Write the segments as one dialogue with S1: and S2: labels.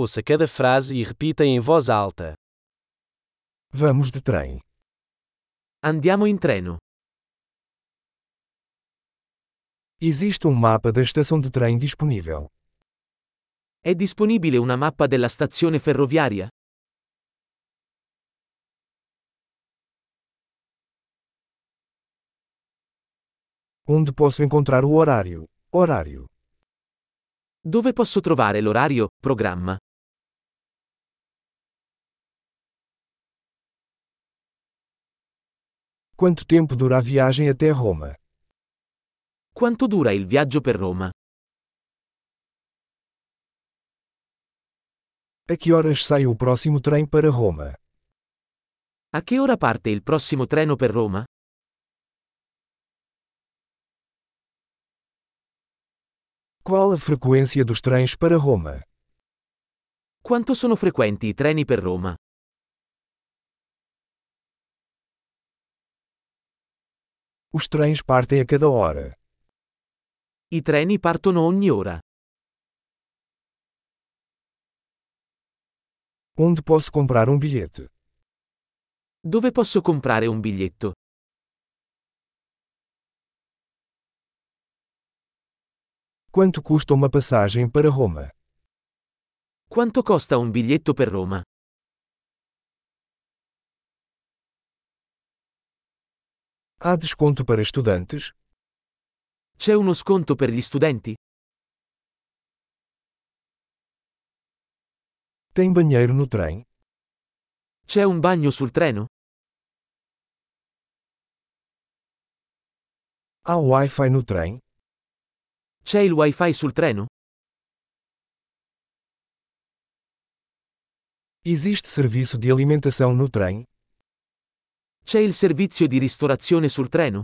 S1: Ouça cada frase e repita em voz alta.
S2: Vamos de trem.
S1: Andiamo in treno.
S2: Existe um mapa da estação de trem disponível.
S1: È disponibile una mappa della stazione ferroviaria?
S2: Onde posso encontrar o horário? Horário.
S1: Dove posso trovare l'orario, programma?
S2: Quanto tempo dura a viagem até Roma?
S1: Quanto dura il viaggio per Roma?
S2: A que horas sai o próximo trem para Roma?
S1: A che ora parte il prossimo treno per Roma?
S2: Qual a frequência dos trens para Roma?
S1: Quanto sono frequenti i treni per Roma?
S2: Os trens partem a cada hora.
S1: I treni partono ogni ora.
S2: Onde posso comprar um bilhete?
S1: Dove posso comprare un biglietto?
S2: Quanto custa uma passagem para Roma?
S1: Quanto costa un biglietto per Roma?
S2: Há desconto para estudantes?
S1: C'è uno sconto per gli studenti?
S2: Tem banheiro no trem?
S1: C'è un bagno sul treno?
S2: Há Wi-Fi no trem?
S1: C'è il wifi sul treno?
S2: Existe serviço de alimentação no trem?
S1: C'è il servizio di ristorazione sul treno?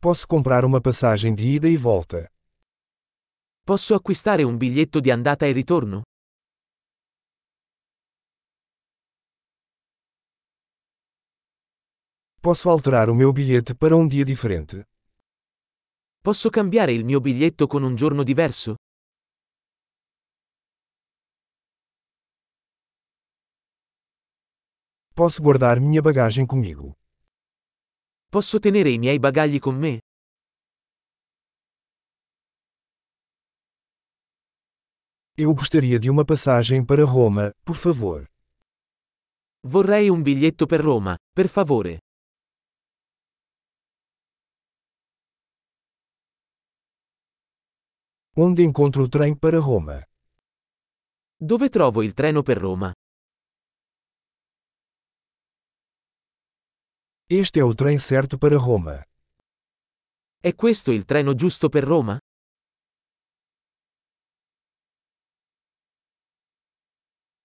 S2: Posso comprar uma passagem de ida e volta?
S1: Posso acquistare un biglietto di andata e ritorno?
S2: Posso alterar o meu bilhete para um dia diferente?
S1: Posso cambiare il mio biglietto con un giorno diverso?
S2: Posso guardar minha bagagem comigo?
S1: Posso tenere i miei bagagli con me?
S2: Eu gostaria de uma passagem para Roma, por favor.
S1: Vorrei un biglietto per Roma, per favore.
S2: Onde encontro o trem para Roma?
S1: Dove trovo il treno per Roma?
S2: Este é o trem certo para Roma.
S1: È questo il treno giusto per Roma?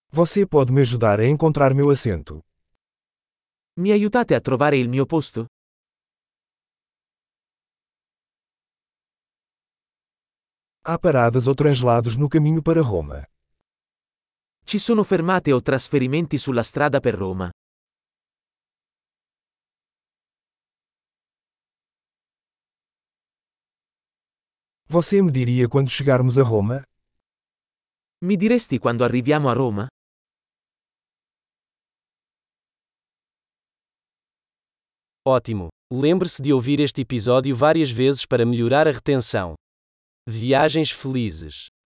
S2: Você pode me ajudar a encontrar meu assento.
S1: Mi aiutate a trovare il mio posto?
S2: Há paradas ou translados no caminho para Roma.
S1: Ci sono fermate o trasferimenti sulla strada per Roma.
S2: Você me diria quando chegarmos a Roma?
S1: Mi diresti quando arriviamo a Roma? Ótimo! Lembre-se de ouvir este episódio várias vezes para melhorar a retenção. Viagens felizes!